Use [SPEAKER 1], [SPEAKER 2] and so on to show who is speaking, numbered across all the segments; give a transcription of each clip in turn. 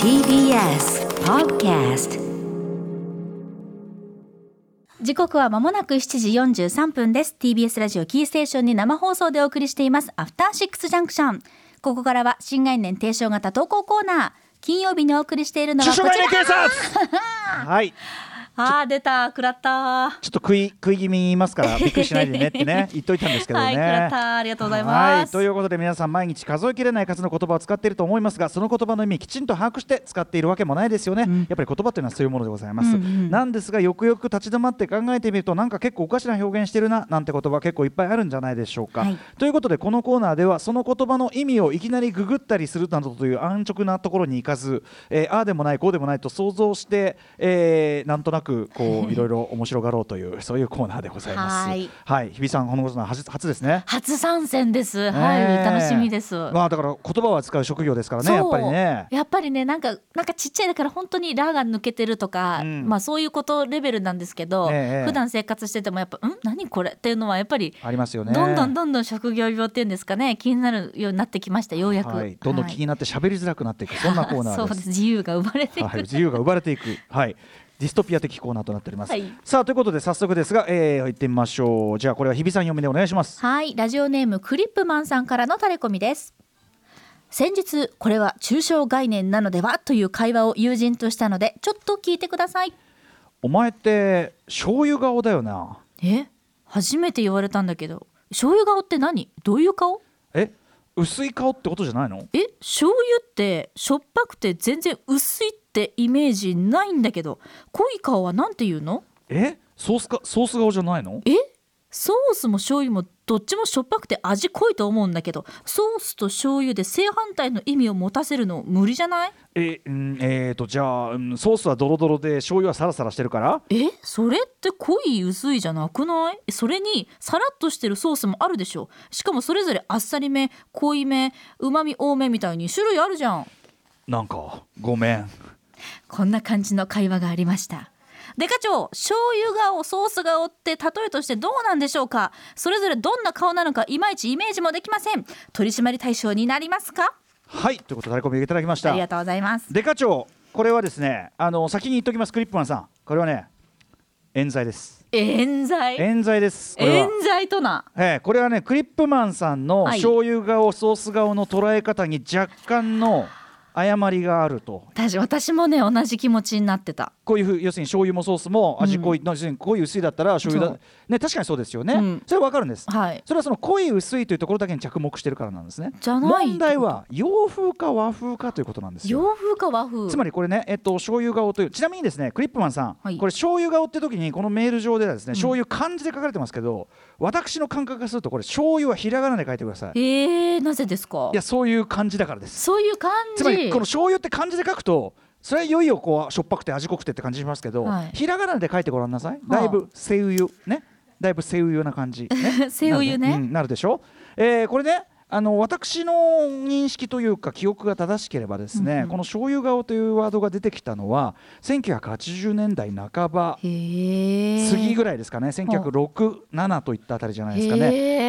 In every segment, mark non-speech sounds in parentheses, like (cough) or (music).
[SPEAKER 1] TBS Podcast
[SPEAKER 2] 時刻は間もなく7時43分です TBS ラジオキーステーションに生放送でお送りしていますアフターシックスジャンクションここからは新概念提唱型投稿コーナー金曜日にお送りしているのは
[SPEAKER 3] 首
[SPEAKER 2] こち
[SPEAKER 3] 相
[SPEAKER 2] ら
[SPEAKER 3] がいない警察 (laughs) はい
[SPEAKER 2] あー出た食らった
[SPEAKER 3] ちょっと食い食い気味に言いますからびっくりしないでねってね言っといたんですけ (laughs) どね。
[SPEAKER 2] はい食らったありがとうございます
[SPEAKER 3] はいということで皆さん毎日数えきれない数の言葉を使っていると思いますがその言葉の意味きちんと把握して使っているわけもないですよね、やっぱり言葉というのはそういうものでございます、
[SPEAKER 2] うんうん
[SPEAKER 3] なんですがよくよく立ち止まって考えてみるとなんか結構おかしな表現してるななんて言葉結構いっぱいあるんじゃないでしょうか、
[SPEAKER 2] はい
[SPEAKER 3] ということでこのコーナーではその言葉の意味をいきなりググったりするなどという安直なところに行かず、えーああでもないこうでもないと想像して、えーなんとなく
[SPEAKER 2] (laughs)
[SPEAKER 3] こういろいろ面白がろうというそういうコーナーでございます。
[SPEAKER 2] はい
[SPEAKER 3] 日比さんこのコーナー初初ですね。
[SPEAKER 2] 初参戦ですはい、
[SPEAKER 3] ねえ
[SPEAKER 2] 楽しみです、
[SPEAKER 3] まあだから言葉は使う職業ですから
[SPEAKER 2] そう
[SPEAKER 3] ねやっぱりね。
[SPEAKER 2] やっぱりねなんかなんかちっちゃいだから本当に「ラ」が抜けてるとか、
[SPEAKER 3] うん
[SPEAKER 2] まあそういうことレベルなんですけど、
[SPEAKER 3] ええ
[SPEAKER 2] 普段生活しててもやっぱ「ん何これ?」っていうのはやっぱり
[SPEAKER 3] ありますよね。
[SPEAKER 2] どんどんどんどん職業病っていうんですかね気になるようになってきましたようやく、
[SPEAKER 3] はい、どんどん気になって喋りづらくなっていく、そんなコー
[SPEAKER 2] (laughs)
[SPEAKER 3] ナ
[SPEAKER 2] そ
[SPEAKER 3] ー
[SPEAKER 2] う
[SPEAKER 3] で
[SPEAKER 2] ですす。自由が生まれていく、
[SPEAKER 3] はい、自由が奪われていく、はい、ディストピア的コーナーとなっております。
[SPEAKER 2] はい
[SPEAKER 3] さあということで早速ですが、えー、行ってみましょうじゃあこれは日比さん読みでお願いします。
[SPEAKER 2] はい、ラジオネームクリップマンさんからのタレコミです。先日これは抽象概念なのではという会話を友人としたのでちょっと聞いてください。
[SPEAKER 3] お前って醤油顔だよな
[SPEAKER 2] え、初めて言われたんだけど、醤油顔って何？どういう顔？
[SPEAKER 3] え薄い顔ってことじゃないの
[SPEAKER 2] え、醤油ってしょっぱくて全然薄いってイメージないんだけど、濃い顔はなんて言うの？
[SPEAKER 3] えソースかソース顔じゃないの
[SPEAKER 2] えソースも醤油もどっちもしょっぱくて味濃いと思うんだけどソースと醤油で正反対の意味を持たせるの無理じゃない
[SPEAKER 3] えうんえー、とじゃあ、うんソースはドロドロで醤油はサラサラしてるから
[SPEAKER 2] えそれって濃い薄いじゃなくないそれにさらっとしてるソースもあるでしょしかもそれぞれあっさりめ濃いめうまみ多めみたいに種類あるじゃん
[SPEAKER 3] なんかごめん
[SPEAKER 2] こんな感じの会話がありましたデカ長醤油顔ソース顔って例えとしてどうなんでしょうかそれぞれどんな顔なのかいまいちイメージもできません取締り対象になりますか
[SPEAKER 3] はいということでタレコミいただきまし
[SPEAKER 2] ありが
[SPEAKER 3] た
[SPEAKER 2] とうございます
[SPEAKER 3] デカ長これはですねあの先に言っときますクリップマンさんこれはね冤罪です
[SPEAKER 2] 冤罪
[SPEAKER 3] 冤罪ですこれは
[SPEAKER 2] 冤罪とな
[SPEAKER 3] ええこれはねクリップマンさんの
[SPEAKER 2] はい
[SPEAKER 3] 醤油顔、ソース顔の捉え方に若干の誤りがあると
[SPEAKER 2] 私私もね同じ気持ちになってた
[SPEAKER 3] こういうふう要するに醤油もソースも味濃い、要するに濃い薄いだったら醤油だ
[SPEAKER 2] そ
[SPEAKER 3] ね確かにそうですよね、
[SPEAKER 2] うん
[SPEAKER 3] それはわかるんです、
[SPEAKER 2] はい
[SPEAKER 3] それはその濃い薄いというところだけに着目してるからなんですね
[SPEAKER 2] じゃない
[SPEAKER 3] 問題は洋風か和風かということなんですよ
[SPEAKER 2] 洋風か和風
[SPEAKER 3] つまりこれね、えっと、醤油顔というちなみにですねクリップマンさん、
[SPEAKER 2] はい
[SPEAKER 3] これ醤油顔って時にこのメール上ではですね、醤油漢字で書かれてますけど私の感覚がするとこれ醤油はひらがなで書いてください
[SPEAKER 2] えー、なぜですか
[SPEAKER 3] いやそういう感じだからです
[SPEAKER 2] そういう感じ
[SPEAKER 3] つまりこの醤油って漢字で書くとそれはいよいよこうしょっぱくて味濃くてって感じしますけど、
[SPEAKER 2] はい
[SPEAKER 3] ひらがなで書いてごらんなさい
[SPEAKER 2] あ
[SPEAKER 3] だいぶせうゆねだいぶせうゆな
[SPEAKER 2] (laughs)
[SPEAKER 3] 感じ、ね
[SPEAKER 2] 西洋湯ね
[SPEAKER 3] なるうんなるでしょ、えーこれねあの私の認識というか記憶が正しければですね、
[SPEAKER 2] うんうん
[SPEAKER 3] この醤油顔というワードが出てきたのは1980年代半ば
[SPEAKER 2] へー
[SPEAKER 3] 過ぎ
[SPEAKER 2] ら
[SPEAKER 3] ぐ
[SPEAKER 2] い
[SPEAKER 3] らいですかね1906、7といったあたりじゃないですかね、
[SPEAKER 2] ね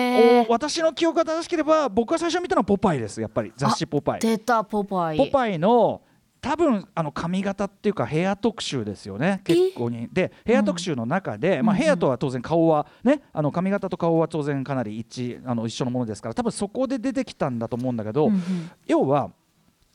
[SPEAKER 3] お私の記憶が正しければ僕が最初見たのはポパイですやっぱり雑誌ポパイ
[SPEAKER 2] 出たポパイ
[SPEAKER 3] ポパイの多分あの髪型っていうかヘア特集ですよね結構にでヘア特集の中で、ま
[SPEAKER 2] う
[SPEAKER 3] あ、
[SPEAKER 2] んうん
[SPEAKER 3] ヘアとは当然顔はねあの髪型と顔は当然かなり一致あの一緒のものですから多分そこで出てきたんだと思うんだけど、
[SPEAKER 2] うんうん
[SPEAKER 3] 要は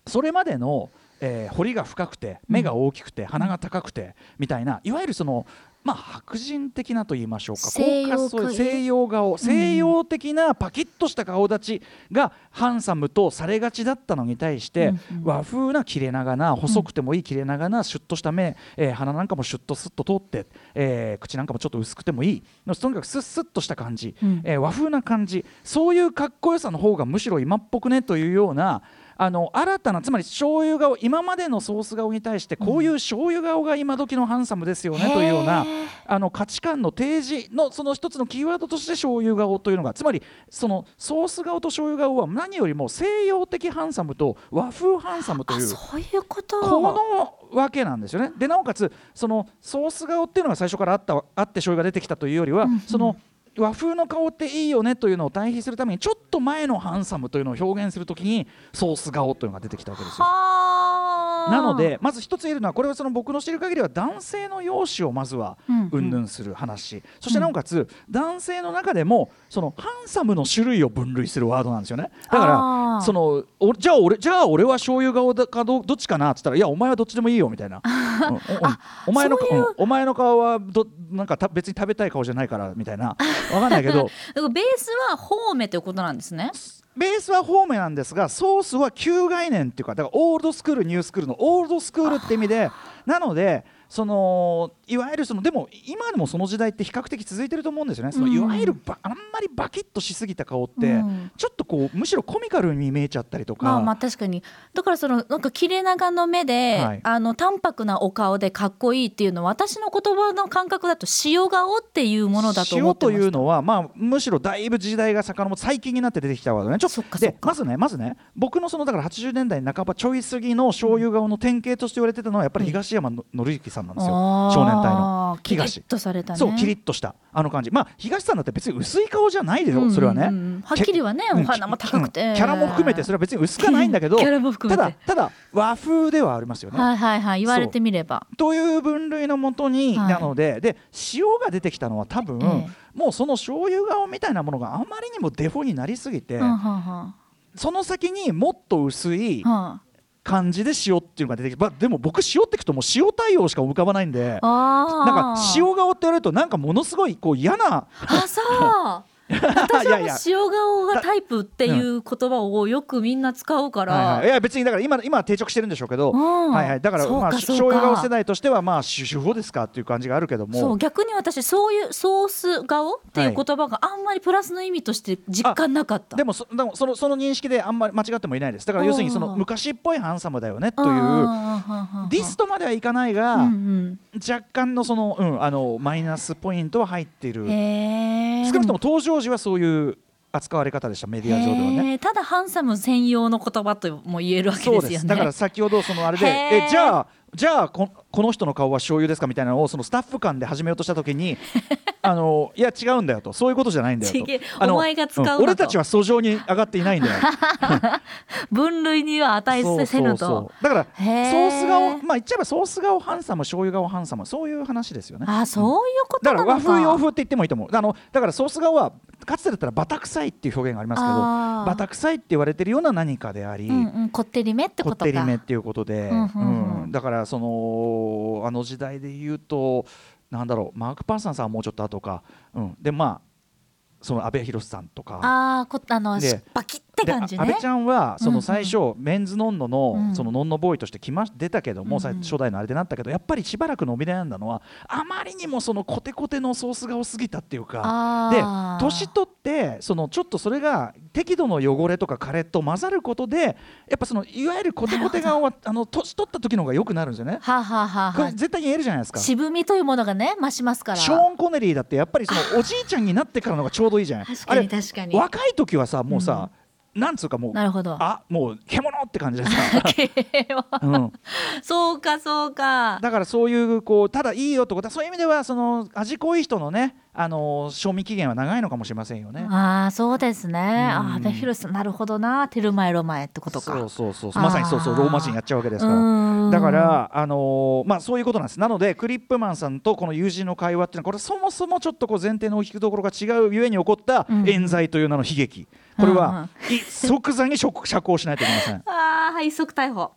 [SPEAKER 3] それまでの、えー彫りが深くて目が大きくて、鼻が高くてみたいないわゆるそのまあ白人的なと言いましょうか
[SPEAKER 2] 西洋
[SPEAKER 3] 高価そう
[SPEAKER 2] か
[SPEAKER 3] 西洋顔西洋的なパキッとした顔立ちがハンサムとされがちだったのに対して、
[SPEAKER 2] うんうん
[SPEAKER 3] 和風な切れ長な細くてもいい切れ長なシュッとした目、えー鼻なんかもシュッとスッと通って、えー口なんかもちょっと薄くてもいいとにかくスッスッとした感じ、
[SPEAKER 2] うん
[SPEAKER 3] えー和風な感じそういうかっこよさの方がむしろ今っぽくねというようなあの新たなつまり醤油顔今までのソース顔に対してこういう醤油顔が今時のハンサムですよね、というような
[SPEAKER 2] へー
[SPEAKER 3] あの価値観の提示のその一つのキーワードとして醤油顔というのがつまりそのソース顔と醤油顔は何よりも西洋的ハンサムと和風ハンサムと
[SPEAKER 2] あ
[SPEAKER 3] いう
[SPEAKER 2] そういうこと
[SPEAKER 3] このわけなんですよね。でなおかつそのソース顔っていうのが最初からあったわあって醤油が出てきたというよりは、
[SPEAKER 2] うんうん
[SPEAKER 3] その和風の顔っていいよねというのを対比するためにちょっと前のハンサムというのを表現するときにソース顔というのが出てきたわけですよ。
[SPEAKER 2] はあ
[SPEAKER 3] なのでまず一つ言えるのはこれはその僕の知る限りは男性の容姿をまずは
[SPEAKER 2] うんうん
[SPEAKER 3] うんぬんする話、そしてなおかつ男性の中でもそのハンサムの種類を分類するワードなんですよねだか
[SPEAKER 2] あー
[SPEAKER 3] らそのおじゃあ俺じゃあ俺は醤油顔だかどどっちかなっつったらいやお前はどっちでもいいよみた
[SPEAKER 2] (laughs)
[SPEAKER 3] いな、うんおおお前の
[SPEAKER 2] そういう
[SPEAKER 3] うんお前の顔はどなんかた別に食べたい顔じゃないからみたいなわかんないけど
[SPEAKER 2] だからベースは方面ということなんですね
[SPEAKER 3] ベースは方面なんですがソースは旧概念っていうかだからオールドスクールニュースクールのオールドスクールって意味でなのでそのいわゆるそのでも今でもその時代って比較的続いてると思うんですよね、その
[SPEAKER 2] うん
[SPEAKER 3] いわゆるばあんまりバキッとしすぎた顔って、
[SPEAKER 2] うん
[SPEAKER 3] ちょっとこうむしろコミカルに見えちゃったりとか、
[SPEAKER 2] まあまあ確かにだからそのなんか切れ長の目で、
[SPEAKER 3] はい
[SPEAKER 2] あの淡白なお顔でかっこいいっていうのは私の言葉の感覚だと塩顔っていうものだと思
[SPEAKER 3] 塩
[SPEAKER 2] って
[SPEAKER 3] と
[SPEAKER 2] ました
[SPEAKER 3] いうのは、まあ、むしろだいぶ時代が遡って最近になって出てきたわけねちょ
[SPEAKER 2] そっかそっ
[SPEAKER 3] で
[SPEAKER 2] か
[SPEAKER 3] まずねまずね僕のそのだから80年代半ばちょい過ぎの醤油顔の典型として言われてたのはやっぱり東山の紀之さんなんですよ、
[SPEAKER 2] あー
[SPEAKER 3] 少年隊の
[SPEAKER 2] キリ
[SPEAKER 3] 東
[SPEAKER 2] ッとされたね
[SPEAKER 3] そうキリッとしたあの感じまあ東さんだって別に薄い顔じゃないでしょ、それは
[SPEAKER 2] う
[SPEAKER 3] ね、
[SPEAKER 2] んうんうんはっきりはね
[SPEAKER 3] うん
[SPEAKER 2] お花も高くて、
[SPEAKER 3] うんキャラも含めてそれは別に薄くはないんだけど
[SPEAKER 2] キャラも含めて
[SPEAKER 3] ただただ和風ではありますよね、
[SPEAKER 2] はいはいはい言われてみれば
[SPEAKER 3] という分類のもとに
[SPEAKER 2] はい
[SPEAKER 3] なので,、で塩が出てきたのは多分、
[SPEAKER 2] ええ
[SPEAKER 3] もうその醤油顔みたいなものがあまりにもデフォになりすぎて、
[SPEAKER 2] うんはんは
[SPEAKER 3] その先にもっと薄い
[SPEAKER 2] んは
[SPEAKER 3] 感じで塩っていうのが出てきて、まあでも僕塩って聞くともう塩対応しか浮かばないんで
[SPEAKER 2] ああ
[SPEAKER 3] な
[SPEAKER 2] ー
[SPEAKER 3] んか塩顔って言われるとなんかものすごいこう嫌な
[SPEAKER 2] あそう
[SPEAKER 3] (laughs)
[SPEAKER 2] 私
[SPEAKER 3] い
[SPEAKER 2] は
[SPEAKER 3] や
[SPEAKER 2] も
[SPEAKER 3] いうや
[SPEAKER 2] 塩顔がタイプっていう言葉をよくみんな使うから、
[SPEAKER 3] はいはい、いや別にだから今今は定着してるんでしょうけど、
[SPEAKER 2] うん
[SPEAKER 3] はいはい、だから
[SPEAKER 2] そうか
[SPEAKER 3] まあ
[SPEAKER 2] そうか
[SPEAKER 3] 醤油顔世代としてはまあ主主婦ですかっていう感じがあるけども
[SPEAKER 2] そう逆に私そういうソース顔っていう言葉があんまりプラスの意味として実感なかった、
[SPEAKER 3] でもそでもそのその認識であんまり間違ってもいないですだから要するにその
[SPEAKER 2] あー
[SPEAKER 3] 昔っぽいハンサムだよねと
[SPEAKER 2] あー
[SPEAKER 3] いう
[SPEAKER 2] あーあーあー
[SPEAKER 3] ディストまではいかないが、
[SPEAKER 2] うんうん
[SPEAKER 3] 若干のその,、うん、あのマイナスポイントは入っている少
[SPEAKER 2] へえ
[SPEAKER 3] なくとも登場時はそういう扱われ方でしたメディア上ではね。
[SPEAKER 2] へーただハンサム専用の言葉とも言えるわけ
[SPEAKER 3] そ
[SPEAKER 2] で
[SPEAKER 3] う
[SPEAKER 2] す
[SPEAKER 3] で
[SPEAKER 2] よ
[SPEAKER 3] す
[SPEAKER 2] ね
[SPEAKER 3] だから先ほどそのあれで
[SPEAKER 2] へー
[SPEAKER 3] えじゃあじゃあここの人の顔は醤油ですかみたいなのをそのスタッフ間で始めようとした
[SPEAKER 2] (laughs)
[SPEAKER 3] 時にあのいや違うんだよとそういうことじゃないんだよと
[SPEAKER 2] 違え
[SPEAKER 3] あの
[SPEAKER 2] お前が使うなと
[SPEAKER 3] ん俺たちは訴状に上がっていないんだよ
[SPEAKER 2] 分類には値
[SPEAKER 3] そう
[SPEAKER 2] せぬと
[SPEAKER 3] だからソ
[SPEAKER 2] へー
[SPEAKER 3] ース顔まあ言っちゃえばソース顔ハンサム醤油顔ハンサムそういう話ですよね
[SPEAKER 2] あそういうこと
[SPEAKER 3] だ
[SPEAKER 2] な
[SPEAKER 3] から
[SPEAKER 2] の
[SPEAKER 3] 和
[SPEAKER 2] か
[SPEAKER 3] 風洋風って言ってもいいと思うあのだからソース顔はかつてだったらバタ臭いっていう表現がありますけど
[SPEAKER 2] あー
[SPEAKER 3] バタ臭いって言われてるような何かであり、
[SPEAKER 2] うんうん、こってりめって
[SPEAKER 3] こ
[SPEAKER 2] こ
[SPEAKER 3] っ
[SPEAKER 2] とか
[SPEAKER 3] てりめっていうことで、
[SPEAKER 2] うんうんうん
[SPEAKER 3] うんだからそのあの時代で言うとなんだろうマーク・パンサンさんはもうちょっと後か、うん、でまあその阿部寛さんとか。
[SPEAKER 2] ああこあの
[SPEAKER 3] で
[SPEAKER 2] バキって
[SPEAKER 3] で
[SPEAKER 2] 感じ
[SPEAKER 3] あ安
[SPEAKER 2] ね
[SPEAKER 3] 倍ちゃんはそ
[SPEAKER 2] うんう
[SPEAKER 3] の
[SPEAKER 2] ん
[SPEAKER 3] 最初、メンズノンノの,、
[SPEAKER 2] うん
[SPEAKER 3] そのノンノボーイとして来まし出たけども、さ
[SPEAKER 2] うんうん
[SPEAKER 3] 初代のあれでなったけどやっぱりしばらく伸び悩んだのはあまりにもそのコテコテのソース顔すぎたっていうかで
[SPEAKER 2] あー
[SPEAKER 3] 年取ってそのちょっとそれが適度の汚れとか枯れと混ざることでやっぱそのいわゆるコテコテ顔はあの年取った時の方が良くなるんですよね。
[SPEAKER 2] はあ、はあはあ
[SPEAKER 3] こ
[SPEAKER 2] は
[SPEAKER 3] れ絶対に言えるじゃないです
[SPEAKER 2] あ、
[SPEAKER 3] か。
[SPEAKER 2] 渋みというものがね増しますから
[SPEAKER 3] ショーン・コネリーだってやっぱりそのおじいちゃんになってからのがちょうどいいじゃない
[SPEAKER 2] 確
[SPEAKER 3] あ
[SPEAKER 2] か
[SPEAKER 3] れ
[SPEAKER 2] に確かに
[SPEAKER 3] 若い時はさもうさ、なんつうかもう
[SPEAKER 2] なるほど
[SPEAKER 3] あもう獣って感じですか
[SPEAKER 2] (laughs)
[SPEAKER 3] うん、
[SPEAKER 2] そうかそうか
[SPEAKER 3] だからそういうこうただいいよってことはそういう意味ではその味濃い人のねあのー賞味期限は長いのかもしれませんよね。
[SPEAKER 2] ああそうですね
[SPEAKER 3] うん
[SPEAKER 2] あ阿部寛さんなるほどなテルマエロマエってことか
[SPEAKER 3] そうそうそうそうまさにそうそう
[SPEAKER 2] あー
[SPEAKER 3] ローマ人やっちゃうわけですか
[SPEAKER 2] う
[SPEAKER 3] ら。
[SPEAKER 2] ーん
[SPEAKER 3] だから、あのーまあ、そういうことなんですなのでクリップマンさんとこの友人の会話っていうのはこれそもそもちょっとこう前提の大きくところが違うゆえに起こった
[SPEAKER 2] うん
[SPEAKER 3] 冤罪という名の悲劇、これは、い即座に釈釈放しないといけません
[SPEAKER 2] ああ一足逮捕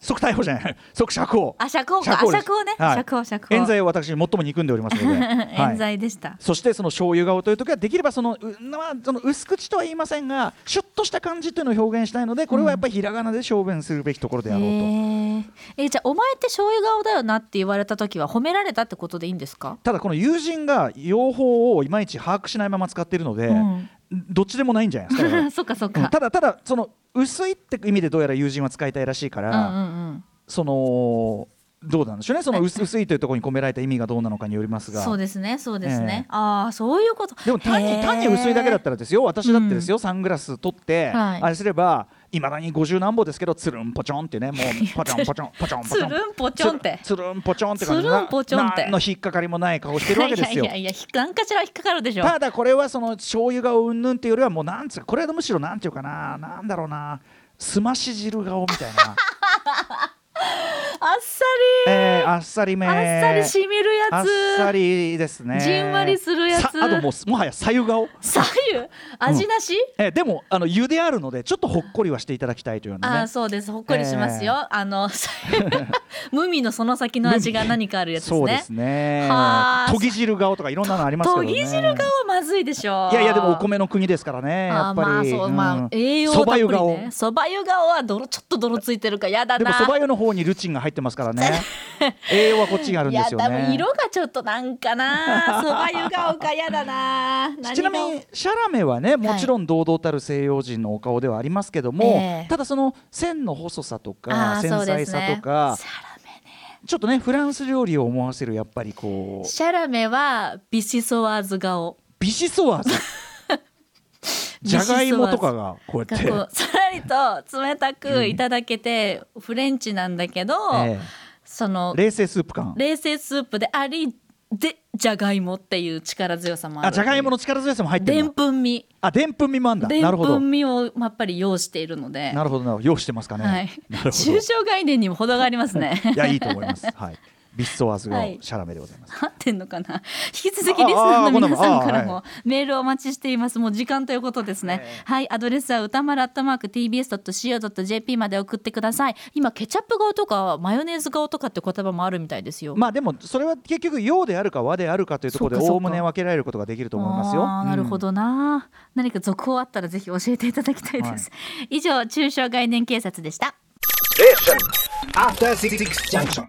[SPEAKER 3] 即逮捕じゃない即釈放
[SPEAKER 2] あ釈放か
[SPEAKER 3] 釈放です
[SPEAKER 2] あ釈放ね
[SPEAKER 3] はい
[SPEAKER 2] 釈放釈放
[SPEAKER 3] 冤罪を私最も憎んでおります
[SPEAKER 2] (laughs)
[SPEAKER 3] ので、は
[SPEAKER 2] 冤
[SPEAKER 3] い、
[SPEAKER 2] 罪でした、
[SPEAKER 3] そしてその醤油顔という時はできればその,う、まあ、その薄口とは言いませんがシュッとした感じというのを表現したいのでこれはやっぱりひらがなで証明するべきところであろうと。
[SPEAKER 2] へーえじゃあお前って醤油顔だよなって言われた時は褒められたってことでいいんですか
[SPEAKER 3] ただこの友人が用法をいまいち把握しないまま使っているので、
[SPEAKER 2] うん
[SPEAKER 3] どっちでもないんじゃないですかだか
[SPEAKER 2] そっ (laughs) かそっ
[SPEAKER 3] ら。うん
[SPEAKER 2] か
[SPEAKER 3] ただただその薄いって意味でどうやら友人は使いたいらしいか
[SPEAKER 2] う
[SPEAKER 3] ら、
[SPEAKER 2] んうんうん
[SPEAKER 3] そのどうなんでしょうねその薄薄いというところに込められた意味がどうなのかによりますが
[SPEAKER 2] そうですねそうですね、ああそういうこと
[SPEAKER 3] でも単
[SPEAKER 2] へー
[SPEAKER 3] に単に薄いだけだったらですよ私だってですよ、サングラス取って、
[SPEAKER 2] はい
[SPEAKER 3] あれすればいまだに50何歩ですけどつるんぽちょんってねもうポチョンポチョンポチョンポ
[SPEAKER 2] つ
[SPEAKER 3] チョン
[SPEAKER 2] るんぽちょんって
[SPEAKER 3] つるんぽちょんって感じ
[SPEAKER 2] つるんぽちょんって
[SPEAKER 3] なの引っかかりもない顔してるわけですよ
[SPEAKER 2] いやいやいや何かしら引っかかるでしょ
[SPEAKER 3] ただこれはその醤油顔うんぬんっていうよりはもうなんつうかこれはむしろなんていうかななんだろうなすまし汁顔みたい
[SPEAKER 2] (laughs)
[SPEAKER 3] な、
[SPEAKER 2] あっさ
[SPEAKER 3] えー、あっさりめ
[SPEAKER 2] りあっさりしみる
[SPEAKER 3] あ
[SPEAKER 2] や
[SPEAKER 3] っ
[SPEAKER 2] つ
[SPEAKER 3] さりですね
[SPEAKER 2] じんわりするやつ
[SPEAKER 3] さあともうもはやさゆ顔
[SPEAKER 2] 左右味なし、
[SPEAKER 3] えーでもあの湯であるのでちょっとほっこりはしていただきたいというよう
[SPEAKER 2] あ
[SPEAKER 3] な
[SPEAKER 2] あ
[SPEAKER 3] ね
[SPEAKER 2] そうですほっこりしますよ、あの
[SPEAKER 3] (laughs)
[SPEAKER 2] 無味のその先の味が何かあるやつですね
[SPEAKER 3] そうですね
[SPEAKER 2] はあ
[SPEAKER 3] とぎ汁顔とかいろんなのありますけど
[SPEAKER 2] と
[SPEAKER 3] ね
[SPEAKER 2] ぎ汁顔はまずいでしょ
[SPEAKER 3] いやいやでもお米の国ですからねや
[SPEAKER 2] あー
[SPEAKER 3] っ
[SPEAKER 2] ま
[SPEAKER 3] ぱ
[SPEAKER 2] あ
[SPEAKER 3] り
[SPEAKER 2] そう、
[SPEAKER 3] うん
[SPEAKER 2] まあ栄養たっ
[SPEAKER 3] そ
[SPEAKER 2] ぷ
[SPEAKER 3] ば湯
[SPEAKER 2] り
[SPEAKER 3] 顔
[SPEAKER 2] ねそば湯顔は泥ちょっと泥ついてるからやだ
[SPEAKER 3] で
[SPEAKER 2] な
[SPEAKER 3] もそば湯の方にルチンが入ってますか
[SPEAKER 2] (laughs)
[SPEAKER 3] らね栄養はこっちにある
[SPEAKER 2] い
[SPEAKER 3] んで
[SPEAKER 2] や
[SPEAKER 3] すよ
[SPEAKER 2] 多分
[SPEAKER 3] ね
[SPEAKER 2] 色がちょっとなんか
[SPEAKER 3] (laughs)
[SPEAKER 2] なそば湯顔かやだな何が
[SPEAKER 3] ちなみにシャラメはねもちろん堂々たる西洋人のお顔ではありますけども、
[SPEAKER 2] ええ
[SPEAKER 3] ただその線の細さと
[SPEAKER 2] あ
[SPEAKER 3] か
[SPEAKER 2] ー
[SPEAKER 3] 繊
[SPEAKER 2] そうで
[SPEAKER 3] 細
[SPEAKER 2] す
[SPEAKER 3] さ
[SPEAKER 2] ね
[SPEAKER 3] とか、
[SPEAKER 2] シャラメ
[SPEAKER 3] ちょっとねフランス料理を思わせるやっぱりこう
[SPEAKER 2] シャラメはビシソワーズ顔
[SPEAKER 3] ビシソワーズじゃがいもとかがこう
[SPEAKER 2] が
[SPEAKER 3] や
[SPEAKER 2] こ
[SPEAKER 3] って。
[SPEAKER 2] うさらりと冷たくいただけて、フレンチなんだけど、
[SPEAKER 3] え
[SPEAKER 2] その
[SPEAKER 3] え冷製スープ感
[SPEAKER 2] 冷製スープでありでじゃがいもっていう力強さもある
[SPEAKER 3] あじゃがいもの力強さも入って
[SPEAKER 2] で
[SPEAKER 3] る
[SPEAKER 2] ん
[SPEAKER 3] の
[SPEAKER 2] ぷん味
[SPEAKER 3] あでんぷん味もあんだ
[SPEAKER 2] でん
[SPEAKER 3] なるほ
[SPEAKER 2] ぷ
[SPEAKER 3] ど
[SPEAKER 2] ん味をやっぱり要しているので
[SPEAKER 3] なるほどなるほど用意してますかね、
[SPEAKER 2] はい
[SPEAKER 3] なるほど
[SPEAKER 2] 抽象概念にも程がありますね
[SPEAKER 3] (laughs)
[SPEAKER 2] (laughs)
[SPEAKER 3] いやいいと思います。はい。ビッソワーズが
[SPEAKER 2] はい
[SPEAKER 3] シャラメでございます。
[SPEAKER 2] 合ってんのかな引き続きリスナーの皆
[SPEAKER 3] ああ
[SPEAKER 2] さ
[SPEAKER 3] あ
[SPEAKER 2] ん
[SPEAKER 3] あ
[SPEAKER 2] から
[SPEAKER 3] は
[SPEAKER 2] もメールをお待ちしていますもう時間ということですねはいアドレスは歌丸アットマーク tbs.co.jp まで送ってください今ケチャップ顔とかマヨネーズ顔とかって言葉もあるみたいですよ
[SPEAKER 3] まあでもそれは結局用であるか和であるかというところで
[SPEAKER 2] そうかそう
[SPEAKER 3] おお
[SPEAKER 2] か
[SPEAKER 3] むね分けられることができると思いますよ。
[SPEAKER 2] あーなるほどな、何か続報あったらぜひ教えていただきたいです、以上中小概念警察でした
[SPEAKER 4] After Six Junction.